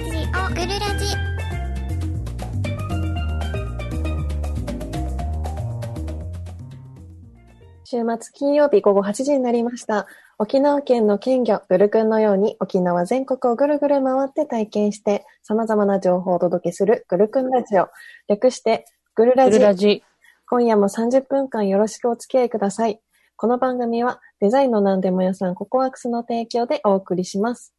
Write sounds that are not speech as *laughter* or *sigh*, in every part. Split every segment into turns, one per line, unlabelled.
ルラジ
週末金曜日午後8時になりました。沖縄県の県魚、グル君のように沖縄全国をぐるぐる回って体験して、様々な情報をお届けするグル君ラジオ。略して、グルラジ。
ルラジ。
今夜も30分間よろしくお付き合いください。この番組はデザインの何でも屋さんココアクスの提供でお送りします。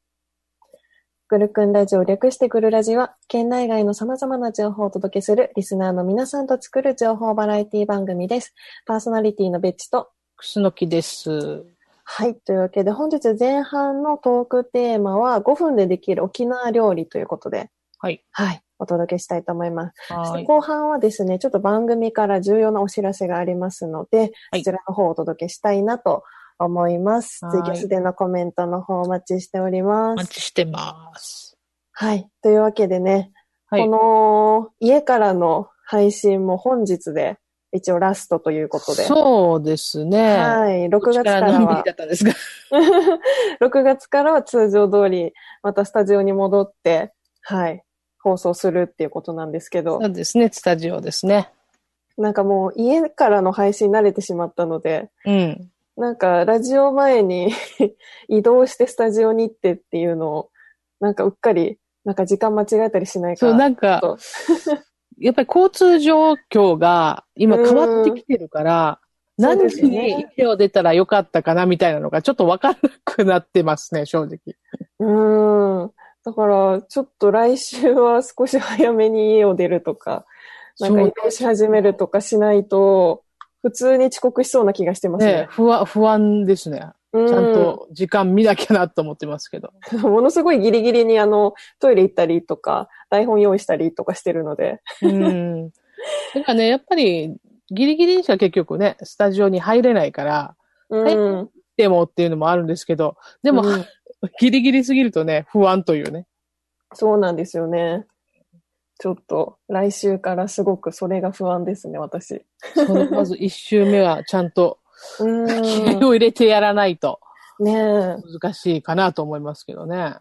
グルクンラジオ略してグルラジは県内外の様々な情報をお届けするリスナーの皆さんと作る情報バラエティ番組です。パーソナリティのベッチと
クスノキです。
はい。というわけで、本日前半のトークテーマは5分でできる沖縄料理ということで、
はい。
はい。お届けしたいと思います。
はーい。
後半はですね、ちょっと番組から重要なお知らせがありますので、
はい
そちらの方をお届けしたいなと思います。
はい
ツイキャスでのコメントの方お待ちしており
お
ま
待
す。
ちしてます。
はい。というわけでね、
はい
こ。の家からの配信も本日で一応ラストということで。
そうですね。
はい。6月から
のんびり
は
だ、ったんですが。
6月からは通常通り、またスタジオに戻って、はい、放送するっていうことなんですけど
そ、うですね、スタジオですね。
なんかもう家からの配信慣れてしまったので、
うん。
なんか、ラジオ前に *laughs* 移動してスタジオに行ってっていうのを、なんかうっかり、なんか時間間違えたりしないか。
そう、なんか
そう、
やっぱり交通状況が今変わってきてるから、
うんそう
何
です
時
ね
に家を出たらよかったかなみたいなのがちょっとわからなくなってますね、正直。
うーん。だから、ちょっと来週は少し早めに家を出るとか、なんか
そう
移動し始めるとかしないと、普通に遅刻しそうな気がしてます
ね
ね。
不安、不安ですね。
うん
ちゃんと時間見なきゃなと思ってますけど。
*laughs* ものすごいギリギリにあの、トイレ行ったりとか、台本用意したりとかしてるので。
うん。だからね、やっぱり、ギリギリにしか結局ね、スタジオに入れないから、
うん。
でもっていうのもあるんですけど、で
で
も、ギリギリすぎるとね、不安というね。
そうなんですよね。ちょっと、来週からすごくそれが不安ですね、私。
そのまず一周目はちゃんと
う
気
ーん。
合を入れてやらないと
ねえ。
難しいかなと思いますけどね。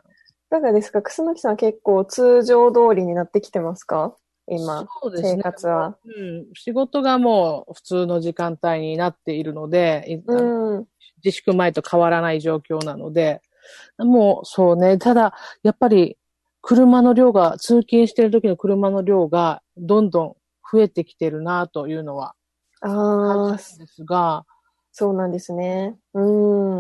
だからですか、楠木さんは結構通常通りになってきてますか今。
そうですね
生活は。
うん。仕事がもう普通の時間帯になっているので、いあの
うん。
自粛前と変わらない状況なので、もうそうね、ただ、やっぱり車の量が、通勤してる時の車の量がどんどん増えてきてるなというのは
ああ、
感じるんですが、
そうなんですね。う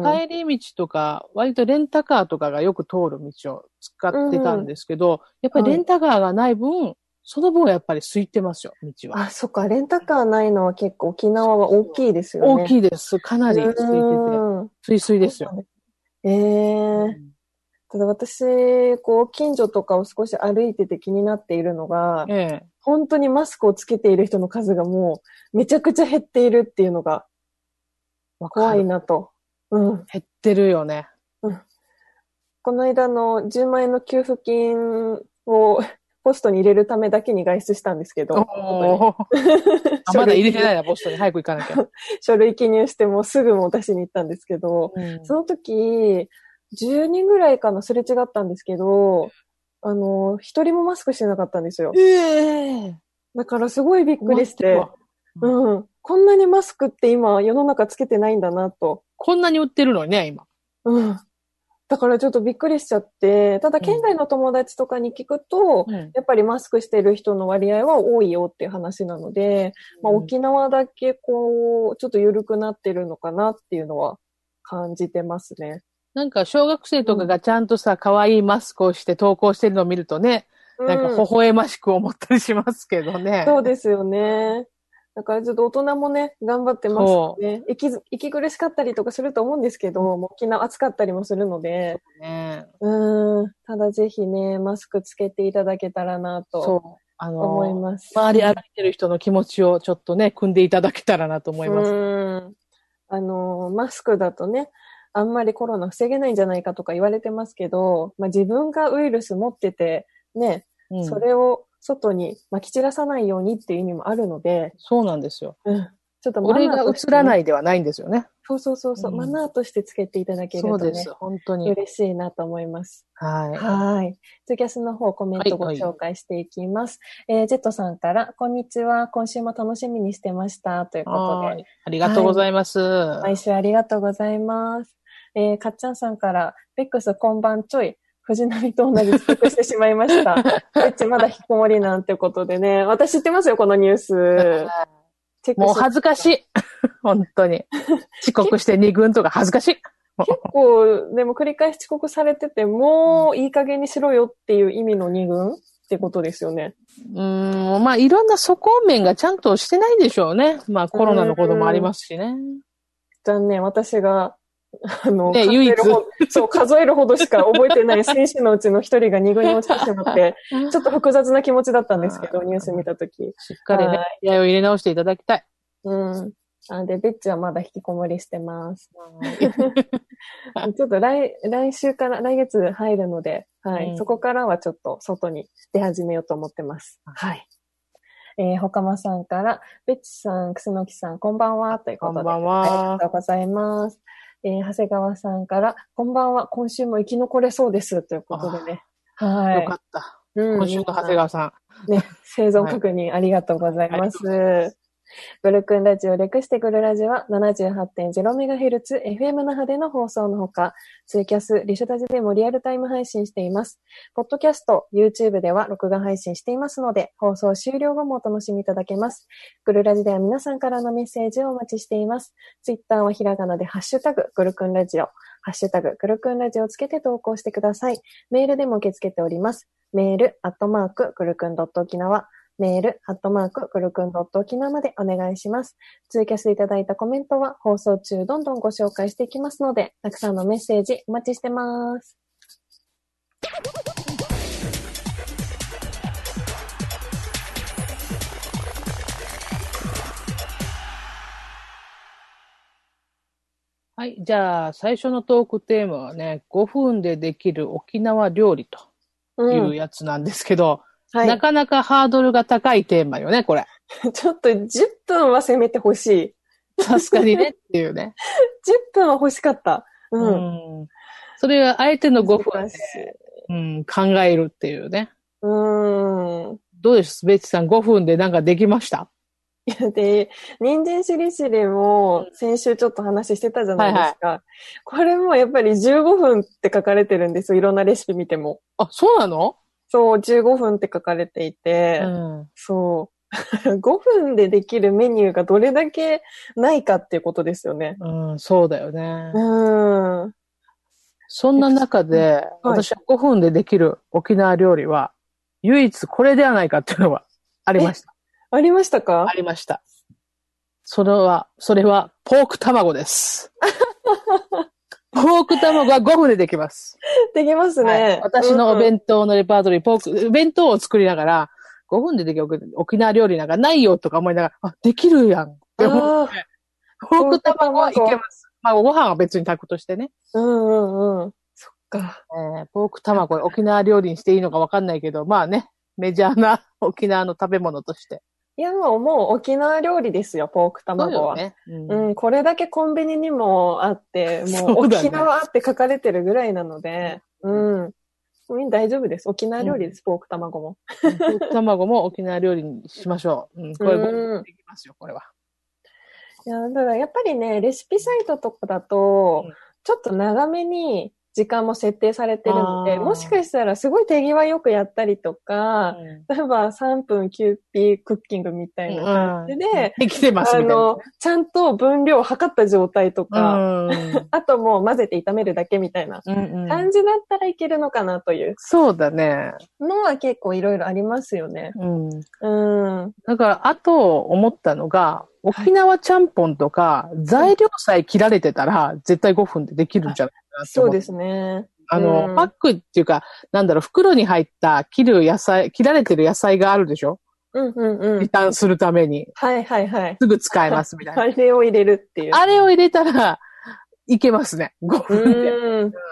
ん。
帰り道とか、割とレンタカーとかがよく通る道を使ってたんですけど、やっぱりレンタカーがない分、その分やっぱり空いてますよ、道は。
あ、そっか、レンタカーないのは結構沖縄は大きいですよね。
大
い。
きいです。かなり空いてて、すいすいですよ。
ええただ私、こう、近所とかを少し歩いてて気になっているのが、
ええ。
本当にマスクをつけている人の数がもうめちゃくちゃ減っているっていうのが
わかる
怖いなと。うん。
減ってるよね。
この間の10万円の給付金をポストに入れるためだけに外出したんです *laughs* けど、
おーあまだ入れてないな、ポストに。早く行かなきゃ。
書類記入してもうすぐもう出しに行ったんですけど、その時、10人ぐらいかなすれ違ったんですけど、あの、一人もマスクしてなかったんですよ。
ええ
だからすごいびっくりして、
う
うん。こんなにマスクって今世の中つけてないんだなと
こんなに売ってるのにね、今。
うん。だからちょっとびっくりしちゃって、ただ
うん
県外の友達とかに聞くと、やっぱりマスクしてる人の割合は多いよっていう話なので、まあ、沖縄だけこう、ちょっと緩くなってるのかなっていうのは感じてますね。
なんか、小学生とかがちゃんとさ、可愛いマスクをして投稿してるのを見るとね、なん
う
か、微笑ましく思ったりしますけどね。
そうですよね。だからちょっと大人もね、頑張ってますよね。息ず息苦しかったりとかすると思うんですけど、もう沖縄暑かったりもするので、
ね。
うん。ただぜひね、マスクつけていただけたらなと
そう。あ
思い
の、
ます。
周り歩いてる人の気持ちをちょっとね、組んでいただけたらなと思います。
うん。あの、マスクだとね、あんまりコロナ防げないんじゃないかとか言われてますけど、まあ、自分がウイルス持ってて、ね、
うん
それを外にまき散らさないようにっていう意味もあるので、
そうなんですよ。
うん、ちょっとマナ
俺
ー
が
として
映らないではないんですよね。
そうそうそうそう、
うん
マナーとしてつけていただける
そう
と
で
ね
す。、本当に。
嬉しいなと思います。
は
はい。ツイキャスの方、コメントご
はいはい
紹介していきます。えージェットさんから、こんにちは。今週も楽しみにしてました。という
い。
こと
は
で、
い。ありがとうございます。
毎週ありがとうございます。えーかっちゃんさんから、ベックスこんばんちょい。藤波と同じ帰国してしまいま
*laughs*
した。ベッチまだ引きこもりなんてことでね。私知ってますよ、このニュ
*laughs*
ース。チェック
もう
し
恥ずかしい。 *laughs* 本当 *laughs* に。遅刻して二軍とか恥ずかしい。
結構、でも繰り返し遅刻されてて、もういい加減にしろよっていう意味の二軍ってことですよね。
うーん、まあいろんな素行面がちゃんとしてないんでしょうね。まあコロナのこともありますしね。
残念、私が、あの、
ね
数えるほど
唯
そう、数えるほどしか覚えてない選手のうちの一人が二軍に落ちてしまって、
*laughs*
ちょっと複雑な気持ちだったんですけど、
あー
ニュース見たとき。
しっかりね
は、
気合を入れ直していただきたい。
うん。あで、ベッチはまだ引きこもりしてます。 *laughs* ちょっと来、来週から、来月入るので、はい、
うん
そこからはちょっと外に出始めようと思ってます。はい。えー、ほかまさんから、ベッチさん、くすのきさん、こんばんは、というこ
ことん
で。
ばん
ありが
は。
とうございます。えー長谷川さんから、こんばんは、今週も生き残れそうです、ということでね。はい。
よかった。
うん
今週の長谷川さん。
ね、生存確認ありがとうございます。グルクンラジオ、略してグルラジオは 78.0MHz、FM 那覇での放送のほか、ツイキャス、リシュタジでもリアルタイム配信しています。ポッドキャスト、YouTube では録画配信していますので、放送終了後もお楽しみいただけます。グルラジでは皆さんからのメッセージをお待ちしています。ツイッターはひらがなで、ハッシュタグ、グルクンラジオ、ハッシュタグ、グルクンラジオをつけて投稿してください。メールでも受け付けております。メール、アットマーク、くるくん .okinawa、メール、アットマーク、くるくん .okinawa までお願いします。ツイキャスいただいたコメントは放送中どんどんご紹介していきますので、たくさんのメッセージお待ちしてます。
はい。じゃあ、最初のトークテーマはね、5分でできる沖縄料理と
う。
いうんやつなんですけど、
は。
ないかなかハードルが高いテーマよね、こ *laughs* れ。
ちょっと10分は攻めてほしい。
さすがにねっていうね。
10分は欲しかった。うん。
うん。それは相手の5分
難
で
しい、
うん、考えるっていうね。
うん。
どうですベッチさん、5分でなんかできました
で、人参しりしりも先週ちょっと話してたじゃないですか。これもやっぱり15分って書かれてるんですよ。いろんなレシピ見ても。
あ、そうなの
そう、15分って書かれていて、
うん。
そう。5分 *laughs* でできるメニューがどれだけないかっていうことですよね。
うん、そうだよね
う。ん。は
そんな中で、
はい
私は5分でできる沖縄料理は、唯一これではないかっていうのはありました。
ありましたか
ありました。それは、それは、ポーク卵
*laughs*
です。ポーク卵は5分でできます。
できますね。
はい私のお
うん
弁当のレパートリー、ポーク、弁当を作りながら、5分でできる沖縄料理なんかないよとか思いながら、あ、できるやんって思って。
あー
ポーク卵はいけます。まあ、ご飯は別に炊くとしてね。
うんうんうん。そっか。
えーポーク卵、沖縄料理にしていいのかわかんないけど、まあね、メジャーな沖縄の食べ物として。
いやもう、もう沖縄料理ですよ、ポーク卵は。
ね。うん
うん、これだけコンビニにもあって、もう
そうだね
沖縄って書かれてるぐらいなので、うん。うん大丈夫です。沖縄料理です、ポーク卵も。
ポーク卵も沖縄料理にしましょう。うん、これ
うん
もできますよ、これは。
いや、だからやっぱりね、レシピサイトとかだと、
うん
ちょっと長めに時間も設定されてるので、
あー
もしかしたらすごい手際よくやったりとか、例えば3分キューピークッキングみたいな感じで、
できてます
あ
みたいな
の、ちゃんと分量を測った状態とか、
ね。
あともう混ぜて炒めるだけみたいな
うんうんうん
感じだったらいけるのかなという
そうだね。
のは結構いろいろありますよね。
うん。
うん。
だから、あと思ったのが、沖縄ちゃんぽんとか、材料さえ切られてたら、絶対5分でできるんじゃないかなって
そ
思っ
う
て
ですね。
あの、
うん
パックっていうか、なんだろう、袋に入った切る野菜、切られてる野菜があるでしょ
うんうんう
リ
ん。
ターンするために、
はいはいはい。
すぐ使えますみたいな。
あれを入れるっていう。
あれを入れたら、いけますね。5分で。
うん。 *laughs*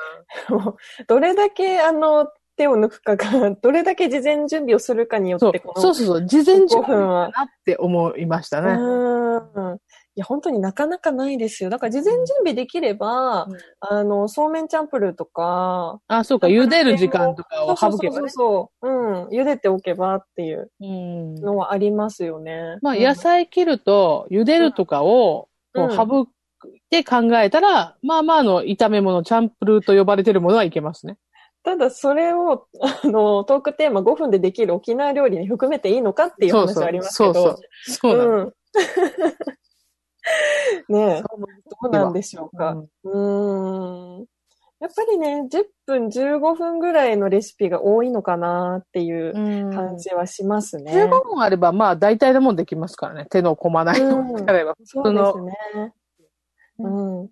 もうどれだけ、あの、手を抜くかが、どれだけ事前準備をするかによ
そう
って、この、
そうそうそう、事前
5
準
分
備
は
だなって思いましたね。
うん。や、本当になかなかないですよ。だから事前準備できれば、
うん
あの、そうめんチャンプルーとか、
あ、そうか、茹でる時間とかを省けば
そうそうそう
ね。
そう。うん。茹でておけばっていう
うん
のはありますよね。
まあ、
うん
野菜切ると、茹でるとかを、こう
うん
省いて考えたら、まあまあの炒め物、チャンプルーと呼ばれてるものはいけますね。
ただ、それを、あの、トークテーマ5分でできる沖縄料理に含めていいのかっていう話はありますけど。
そうそう。そうな
う
の。
ん。 *laughs* ねえ、ど
そうな
うなんでしょうか。
ん
うーん。やっぱりね、10分、15分ぐらいのレシピが多いのかなっていう感じはしますね。
15分あれば、まあ、大体のもんできますからね。手の込まないの
うん
であれば。
*laughs* そう
普通
で
の
すね。うん。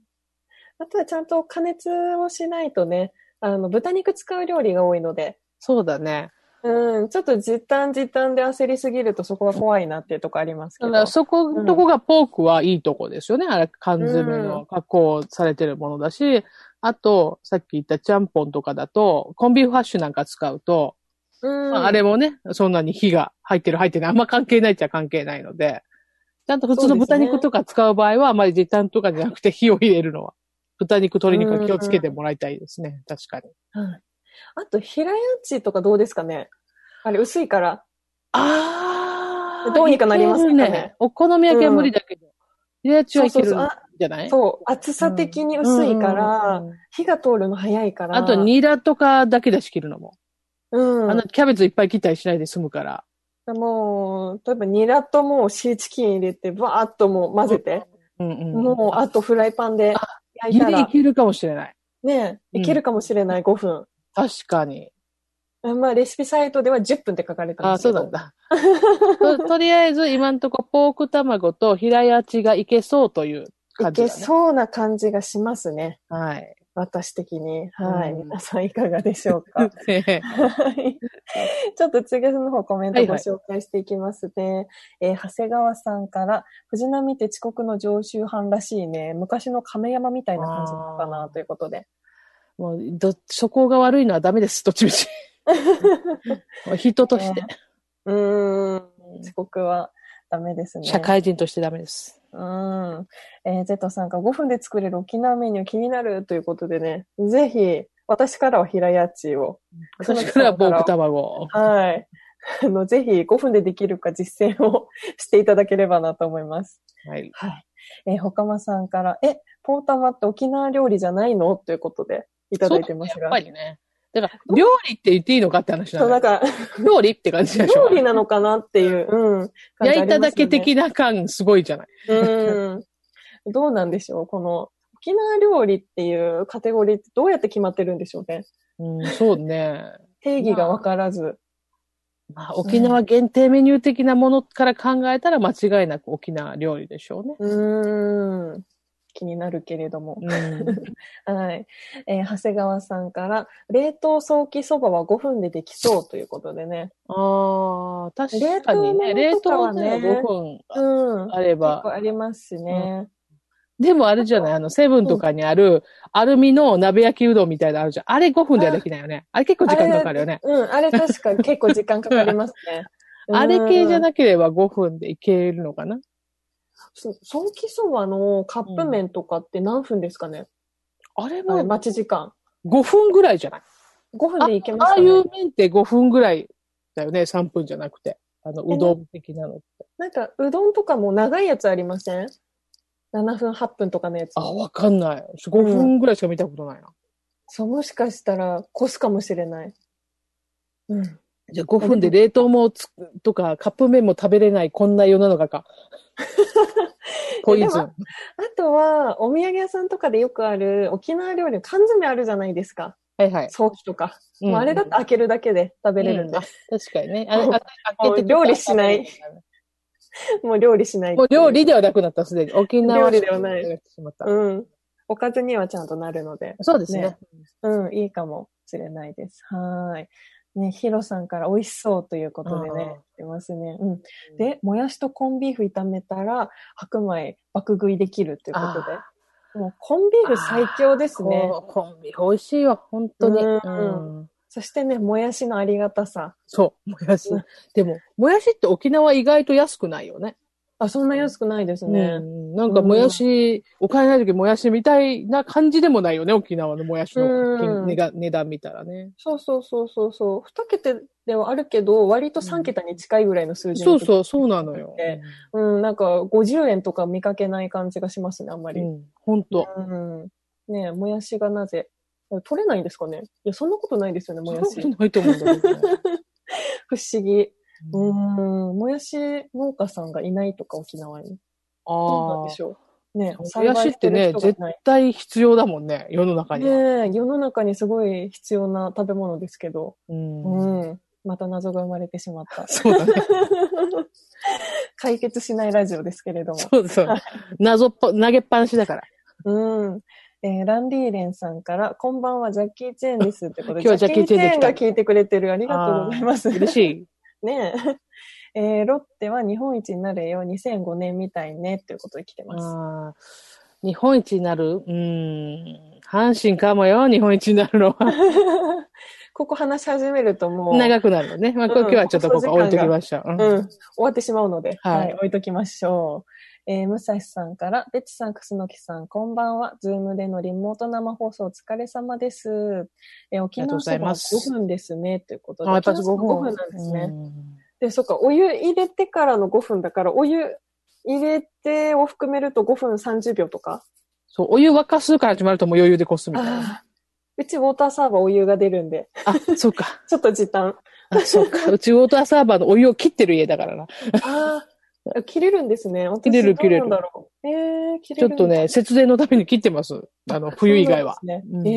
あとはちゃんと加熱をしないとね、あの、豚肉使う料理が多いので、
そうだね。
うん、ちょっと時短時短で焦りすぎるとそこが怖いなっていうとこありますけ
だ
ど。
から、そこ、
うん
とこがポークはいいとこですよね。あれ、缶詰の加工されてるものだし、あと、さっき言ったちゃんぽんとかだと、コンビーフハッシュなんか使うと、
うん、
まあ、あれもね、そんなに火が入ってる入ってない、あんま関係ないっちゃ関係ないので、ちゃんと普通の豚肉とか使う場合は、あまり時短とかじゃなくて火を入れるのは、豚肉、鶏肉は気をつけてもらいたいですね。確かに。
はいあと、平屋地とかどうですかねあれ、薄いから。
あ
ーどうにかなりますかね
お好み焼きは無理だけど、レアチはいけるんじゃない
そう、厚さ的に薄いから、
うん
火が通るの早いから。
あと、ニラとかだけだし切るのも。
うん。
あの、キャベツいっぱい切ったりしないで済むから。
もう、例えばニラともうシーチキン入れて、バーっともう混ぜて、
うんうん。
もうあとフライパンで焼い
ギ
た
リい
ら、
けるかもしれない。
ね、
うん
いけるかもしれない5分。
確かに。
あまあ、レシピサイトでは10分って書かれて
あ
ま
あ、
すけ
そう
ど。
なんだ。ととりあえず今んとこポーク卵と平屋地がいけそうという
い
感じ
け
だ、ね。
そうな感じがしますね。
はい。
私的に。はい。
うん
皆さんいかがでしょうか
ね
*laughs*
え
はい。ちょっと次の方コメントご紹介していきますね。えー長谷川さんから、藤波って遅刻の常習犯らしいね。昔の亀山みたいな感じなのか
あ
な
ー
ということで。
もうど、そこが悪いのはダメです、どっちみ
*laughs*
ち。もう人として、
うーん。遅刻はダメですね。
社会人としてダメです。
うん。えー、Z さんが5分で作れる沖縄メニュー気になるということでね、ぜひ、私からは平屋地を。
私からはポーク卵。
はい。あの、ぜひ5分でできるか実践を *laughs* していただければなと思います。
はい。
はい。えー、ほかまさんから、え、ポータマって沖縄料理じゃないのということでいただいてます
そうや
が。
っぱりね。だから、料理って言っていいのかって話
そ
な
う、な
の
ん
よ。
か、
料理って感じでしょ
料。理なのかなっていう、うん。感じ
焼
あ
い
り
た
ま
だ
すよ
け
ね
的な感すごいじゃない。
うん。どうなんでしょうこの、沖縄料理っていうカテゴリーってどうやって決まってるんでしょうね
うん、そうね。
定義がわからず。
まあ、沖縄限定メニュー的なものから考えたら間違いなく沖縄料理でしょうね。
うーん。気になるけれども。
うん、
はい。えー長谷川さんから、冷凍早期そばは5分でできそうということでね。
ああ、確かにね。冷
冷
凍
凍
は
物とかは
ね、
ね
5分
うん。
あれ
結
ば。
構ありますしね。
でもあれじゃないあの、セブンとかにあるアルミの鍋焼きうどんみたいなのあるじゃん。あれ5分ではできないよね。あれ結構時間かかるよね。。
うん、あれ確かに結構時間かかりますね
*laughs* あれ系じゃ
い。
なければ5分でいけるのかな
そう早期そばのカップ麺とかって何分ですかね、
あれ
あれ
も
待ち時間。
5分ぐらいじゃない
5分でいけま
あ
す
あ
か
い
ね
う麺って5分ぐらいだよね。3分じゃなくて。あの、うどん的なのって。
なんか、うどんとかも長いやつありません ?7 分、8分とかのやつ。
あ、わかんない。5分ぐらいしか見たことないな。
そう、もしかしたら、越すかもしれない。うん。
じゃあ5分で冷凍もつとかカップ麺も食べれないこんな世の
*laughs*
中か。ポイズン。
あとは、お土産屋さんとかでよくある沖縄料理の缶詰あるじゃないですか。
はいはい。
早期とか。
うん
もうあれだと開けるだけで食べれるんで
う。あ確かにね。あれ、あ
もう
開けて
料理しない。もう料理しない。
もう料理ではなくなったすでに。沖縄
料理ではない
しまった
うん。おかずにはちゃんとなるので。
そうですね
ねうん、いいかもしれないです。はーい。ね、ヒロさんから美味しそうということで
あー
ね、出ますね。うん。で、もやしとコンビーフ炒めたら、白米爆食いできるということで。もうコンビーフ最強ですね。
こうコンビ、美味しいよ。本当に。
うん
うん
そしてね、もやしのありがたさ。
そう、もやし
うん。
でも、もやしって沖縄意外と安くないよね。
あ、そんな安くないですね。
うんなんかもやし、お金ない時もやしみたいな感じでもないよね、沖縄のもやしの
うん
金値が値段見たらね。
そうそうそうそうそう。二桁ではあるけど、割と三桁に近いぐらいの数字
そう
う。
そう、そうなのよ。
でうん、なんか50円とか見かけない感じがしますね、あんま
う
り。
ん、本当。
うん。ねえもやしがなぜ、取れないんですかねいや、そんなことないですよね、もや
そんな
し。
ことないと思うんだけどね。
不思議。うん、もやし農家さんがいないとか、沖縄に。どう
あ
なん
あ、
で
絶
しょう。ねえ
もやしって
栽培してる
ね
人がいない
対必要だもんね、世の中には。
ねえ世の中にすごい必要な食べ物ですけど。
うん
うん。また謎が生まれてしまった。 *laughs*
そう *laughs* だね。
解決しないラジオですけれども。
そうそう。謎っぽ、投げっぱなしだから。
うん。えーランディーレンさんから、こんばんは、ジャッキー・チェーンですってことで、
今日ジャッキーチェーンで来た
ジャッキーチェーンが聞いてくれてる。ありがとうございます。
嬉しい。
ね *laughs* え。えーロッテは日本一になれよ、2005年みたいね、ということで来てます。
*laughs* あー日本一になるうん。阪神かもよ、日本一になるのは。
*laughs* ここ話し始めるともう、
長くなるのね。まあ、
うん
今日はちょっとここ置いときました。うん
うん、終わってしまうので、は、
はいい
置いときましょう。えー、武蔵さんから、ベッチさん、くすのきさん、こんばんは。ズームでのリモート生放送お疲れ様です。えー、沖縄そ
あ
ば
りがとうございます
5分ですね、ということで。
あ、やっぱ
沖
り
縄
5
そば
分。
5分なんですね。
うん
で、そっか、お湯入れてからの5分だから、お湯入れてを含めると5分30秒とか。
そう、お湯沸かすから始まるともう余裕でこすみたいな。
あーうちウォーターサーバーお湯が出るんで、 *laughs*
あ、そうか。
ちょっと時短。
あ、そうか。
*laughs*
うちウォーターサーバーのお湯を切ってる家だからな。
ああ、切れるんですね。私
切れる
どうなんだろう。えー、切
ち
れ
ょ
る
っ
んだ
とね、節電のために切ってます。あの、冬以外は。
そうなんですね
うん
え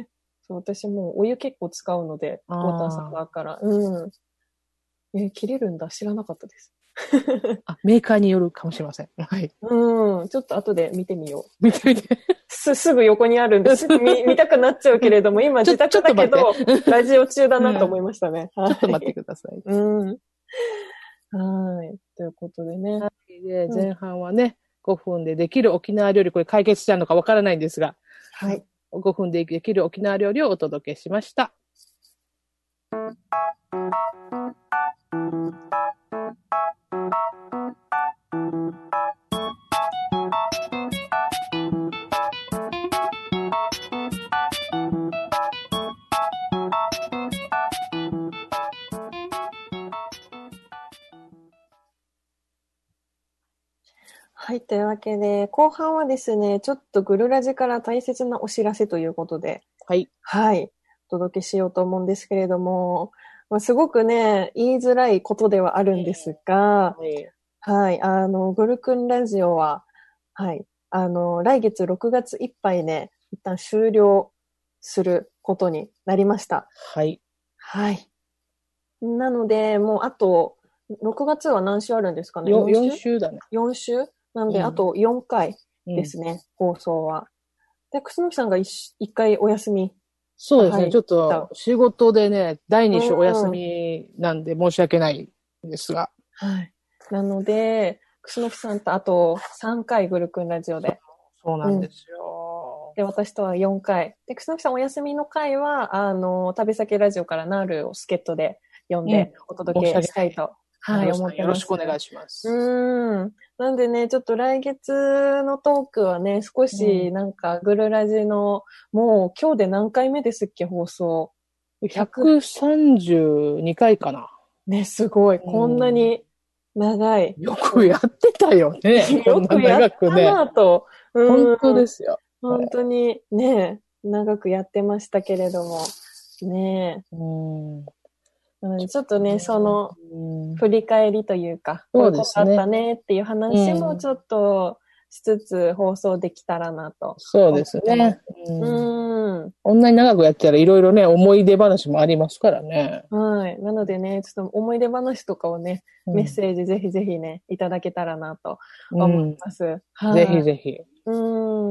ーそう、私もうお湯結構使うので、ウォ
あー
ーターサーバーから。うん。えー切れるんだ。知らなかったです。
あ、メーカーによるかもしれません。 *laughs* はい。
うん。ちょっと後で見てみよう。
見
*laughs*
てみて。
す、すぐ横にあるんで、
*laughs*
すぐ見見たくなっちゃうけれども、今
ちょ
自宅だけ
ちょ
ど、ラジオ中だなと思いましたね。ちょ
ちょっと待ってください。
うん。はい。ということでね。
で、前半はね、5分でできる沖縄料理、これ解決したのかわからないんですが、
はい。
5分でできる沖縄料理をお届けしました。
はい。というわけで、後半はですね、ちょっとぐるラジから大切なお知らせということで、
はい。
はい。お届けしようと思うんですけれども、まあ、すごくね、言いづらいことではあるんですが、はい。あの、グルクンラジオは、はい。あの、来月6月いっぱいね、一旦終了することになりました。
はい。
はい。なので、もうあと、6月は何週あるんですかね
よ4
4週
週だね。
?4 週なんで、
うん
あと4回
うん
ですね、放送は。で、楠木さんが 1, 回お休み。
そうですね、
はい
ちょっと仕事でね、第2週お休みなんで申し訳ないんですが、
はい。なので、楠木さんとあと3回グルクンラジオで。
そうなんですよ。
で、私とは4回。で、楠木さんお休みの回は、あの、旅先ラジオからナールを助っ人で呼んでお届けしたいと、はい、
よろし
思って
く
ます。
よろしくお願いします。
うーん。なんでね、ちょっと来月のトークはね、少しなんか、グルラジの、もう今日で何回目ですっけ、放送。100。
132回かな。
ね、すごい。こんなに長い。。
よくやってたよね
よくやっ
こ
た
んな長くね。
なと。うん
本当ですよ。
本当にね、長くやってましたけれども。ね
うん
うん、ちょっとね、その、
うん
振り返りというか、
そうですね
こういうことあったねっていう話
う
も
ん
ちょっとしつつ放送できたらなと。
そうですね。
う
うん
ん。
こんなに長くやってたらいろいろね、思い出話もありますからね。
はい。なのでね、ちょっと思い出話とかをね、メッセージぜひぜひね、いただけたらなと思います。
う
は
ん
い
ぜひぜひ。
う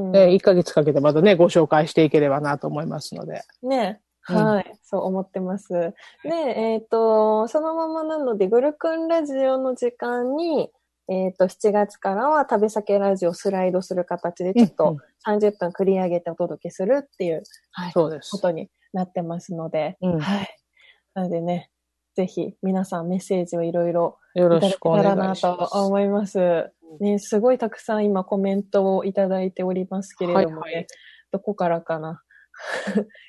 ん。
ね、
ね
1ヶ月かけてまたね、ご紹介していければなと思いますので。うん
はい、そう思ってます。で、えっ、と、そのままなので、グルクンラジオの時間に、えっ、と、7月からは食べ酒ラジオスライドする形で、ちょっ
う
と
ん
30分繰り上げてお届けするっていう、はい、
そうです
こ。とになってますので、
うん
はい。なのでね、ぜひ皆さんメッセージをいろいろ
よ
いた
ろ
だ
し
け
くお願
た
い
ら
しま
な
す。
と思います。ね、すごいたくさん今コメントをいただいておりますけれどもね、
はいはい
どこからかな。 *laughs*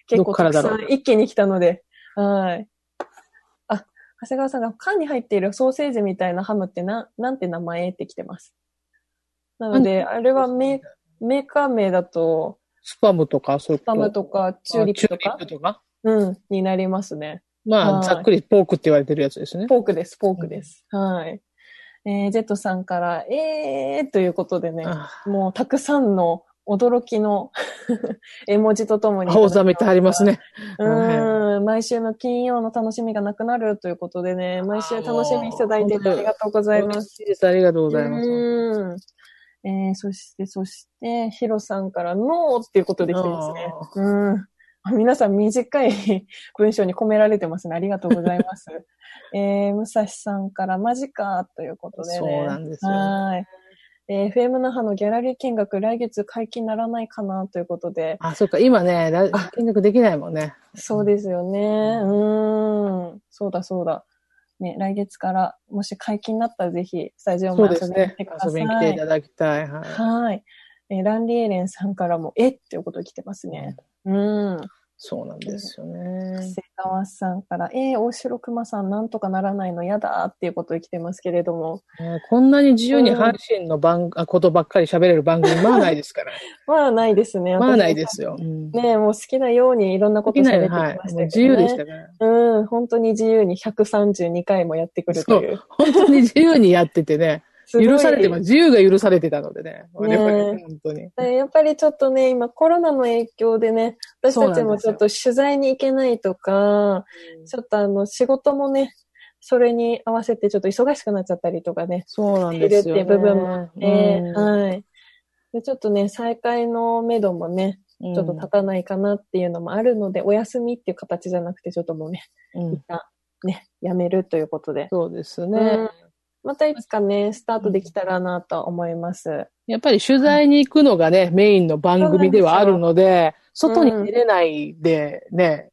結
どっ
構
か
た
ら
く
だ
さ
ろうん
一気に来たので、はい。あ、長谷川さんが缶に入っているソーセージみたいなハムってな、なんて名前って来てます。なので、あれはメメーカー名だと、
スパムとか、そういう
スパ
こと
ムとかチューリップと
あ
か
チューリップとか
うん、になりますね。
ま
は
あ、
い
ざっくりポークって言われてるやつですね。
ポークです、ポークです。はい。えージェットさんから、えーということでね、
あ
もうたくさんの驚きの *laughs* 絵文字とともに。
青ざめてあります。ね。
うん、毎週の金曜の楽しみがなくなるということでね、毎週楽しみにしていただいて
あーもう
ありがとうございます。
嬉しいですありがとうございます。
うん。えーそして、そして、ヒロさんから、ノーっていうことで来てますね。うん。皆さん短い *laughs* 文章に込められてますね。ありがとうござい
*laughs*
ます。えー、武蔵さんから、マジかということでね。
そうなんですよね
はい。えー、FM 那覇のギャラリー見学、来月解禁ならないかなということで。
あ、そっか、今ね、ラ見学できないもんね。
そうですよね。う
う
ーん。そうだ、そうだ。ね、来月から、もし解禁になったらぜひ、スタジオ
そ
も
うで
遊
す
びに
ね
来てく。だ
遊
さ
び
い。
に来ていただきたい。はい
はい。えーランリエレンさんからも、えっていうこと来てますね。うん。
そうなんですよね
瀬。川さんから、えー、大城熊さんなんとかならないのやだっていうこと来てますけれども。
ねこんなに自由に阪神の番、あことばっかり喋れる番組、まあないで
*laughs*
すから。
まあないですね。。
まあないですすよ。うん
ねえもう好きなようにいろんなこ
で
と
き
喋っ
な
て
い
き
よ
ま
は
した
い。もう
けどね。
自由でしたから。
うん、本当に自由に132回もやってくるという。
本当に自由にやっててね、
すごい
許されても、自由が許されてたのでね。我々
ねえ
本当に。
ねやっぱりちょっとね、今コロナの影響でね、私たちもちょっと取材に行けないとか、ちょっとあの仕事もね、それに合わせてちょっと忙しくなっちゃったりとかね、
そうなんですよ、ね。
いるっていう部分も
うん
えーはい。で、ちょっとね、再開の目処もね、ちょっと立たないかなっていうのもあるので、お休みっていう形じゃなくて、ちょっともうね、
うんうん
ね、やめるということで。
そうです
うん
ね。
またいつかね、スタートできたらなと思います。
やっぱり取材に行くのがね、メインの番組ではあるので、
そうなん
外
ですよ
に出れないでね、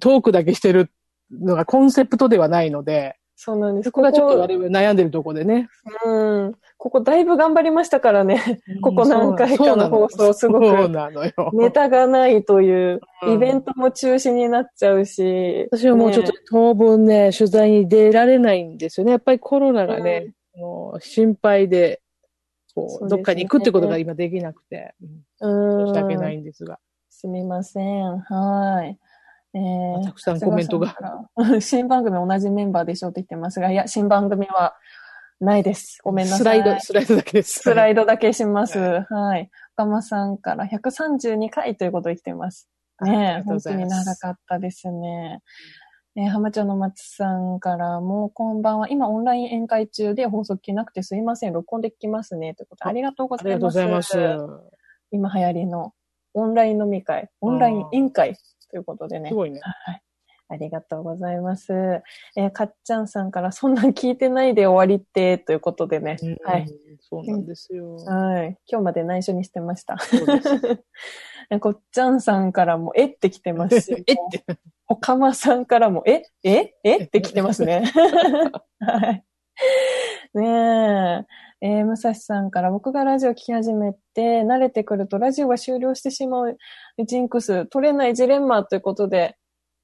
トークだけしてるのがコンセプトではないので、
そうなんです。
そこがちょっと我々悩んでるとこでね。
うん。ここだいぶ頑張りましたからね。ここ何回かの放送すごく
そうなのよ。
ネタがないという、
うん
イベントも中止になっちゃうし。
私はもうちょっと
ね
当分ね、取材に出られないんですよね。やっぱりコロナがね、もう心配で、
そ
こ
う
う、
ですね
どっかに行くってことが今できなくて、
う
うん
ん。
申し訳ないんですが。
すみません。はい。えー
たくさんコメントが。
うん新番組同じメンバーでしょうって言ってますが、いや、新番組はないです。ごめんなさい。
スライド、スライドだけです。
スラ
イ
イドだけします。はい。岡間さんから132回ということで来てます。
あり
ね
がとうご
本当
ざい
に
ます
長かったですね。えー浜町の松さんからも、こんばんは。今オンライン宴会中で放送聞けなくてすいません。録音できますね。ということで、
あ
ありがとうご
あ
ざ
り
い
がとう
ま
ご
す。
ざいます。
今流行りのオンライン飲み会、オンライン宴会ということでね
す。ごいね。
はい。ありがとうございます。えーかっちゃんさんから、そんなん聞いてないで終わりって、ということでね。はい。
うん。そうなんですよ。
はい。今日まで内緒にしてました。
そうです。。
えこっちゃんさんからも、えって来てますし
*laughs* *laughs* えって。
おかまさんからも、えええって来てますね。はい。ねえ。えー武蔵さんから、僕がラジオ聞き始めて、慣れてくるとラジオが終了してしまうジンクス、取れないジレンマということで、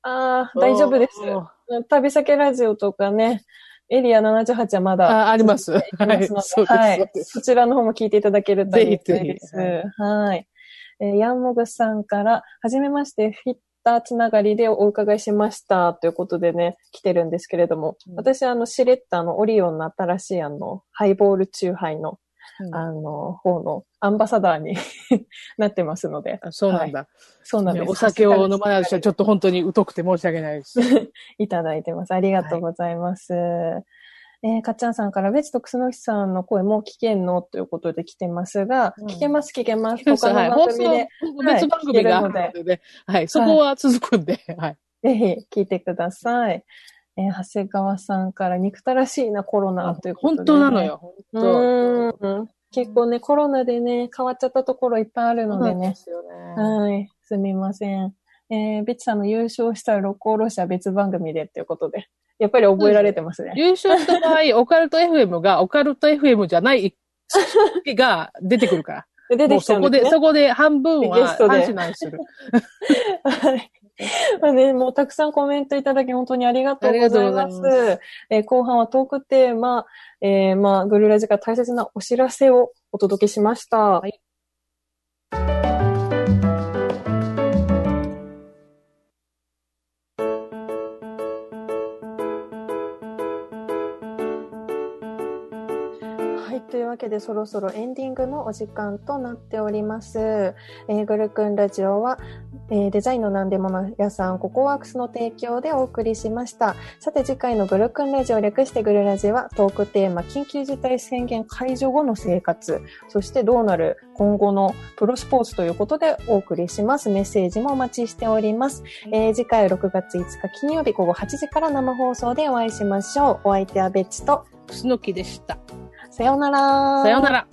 ああ、大丈夫です。
あ
旅先ラジオとかね、エリア78はまだ
あ、あります。はい
ありますので。
そう
は
で
い
す。
そちらの方も聞いていただけるとありがたいです。
ぜひぜ
はい。えーヤンモグさんから、はじめまして、フィッターつながりでお伺いしましたということでね、来てるんですけれども、
うん
私、あの、シレッタのオリオンの新しい、あの、ハイボールチューハイの、
うん
あの、方のアンバサダーに *laughs* なってますので、
あそうなんだ。
そうなん
い
で
や
す。
お酒を飲まないとしてはちょっと本当に疎くて申し訳ない
*laughs*
です。
いただいてます。ありがとうございます。えーかっちゃんさんから、ベチとクスノキさんの声も聞けんのということで来てますが、
うん
聞けます、聞けます。
*laughs* そう
他
はい、
の
放
番
送
組で、
別番組があるのでね、はい、そこは続くんで、はい。
*laughs* ぜひ聞いてください。えー長谷川さんから、憎たらしいな、コロナということで、
本当なの。よ、本
う
当。
ーん。結構ね、コロナでね、変わっちゃったところいっぱいあるのでね。
すよね。
はい。すみません。えー、ベチさんの優勝したら、六甲おろしは別番組でということで。やっぱり覚えられてますね。
優勝した場合、 *laughs* オカルト FM が、オカルト FM じゃない、が出てくるから。
で出
も
て
う
きちゃ
そうこ
んです
で、
ね。
そこで半分
ゲ
は、
ストで
半紙する。
はい。まあね、もうたくさんコメントいただき本当にありがとうござい
あ
ま
り
す。
がとうござ
えー後半はトークテーマ、えーまあ、グルラジが大切なお知らせをお届けしました。
い
はい。というわけで、そろそろエンディングのお時間となっております。えーグルクンラジオは、えーデザインの何でもな屋さん、ココワークスの提供でお送りしました。さて次回のグルクンラジオ略してグルラジはトークテーマ緊急事態宣言解除後の生活、そしてどうなる今後のプロスポーツということでお送りします。メッセージもお待ちしております。えー次回6月5日金曜日午後8時から生放送でお会いしましょう。お相手はベッチと、
楠木でした。
さようなら。
さようなら。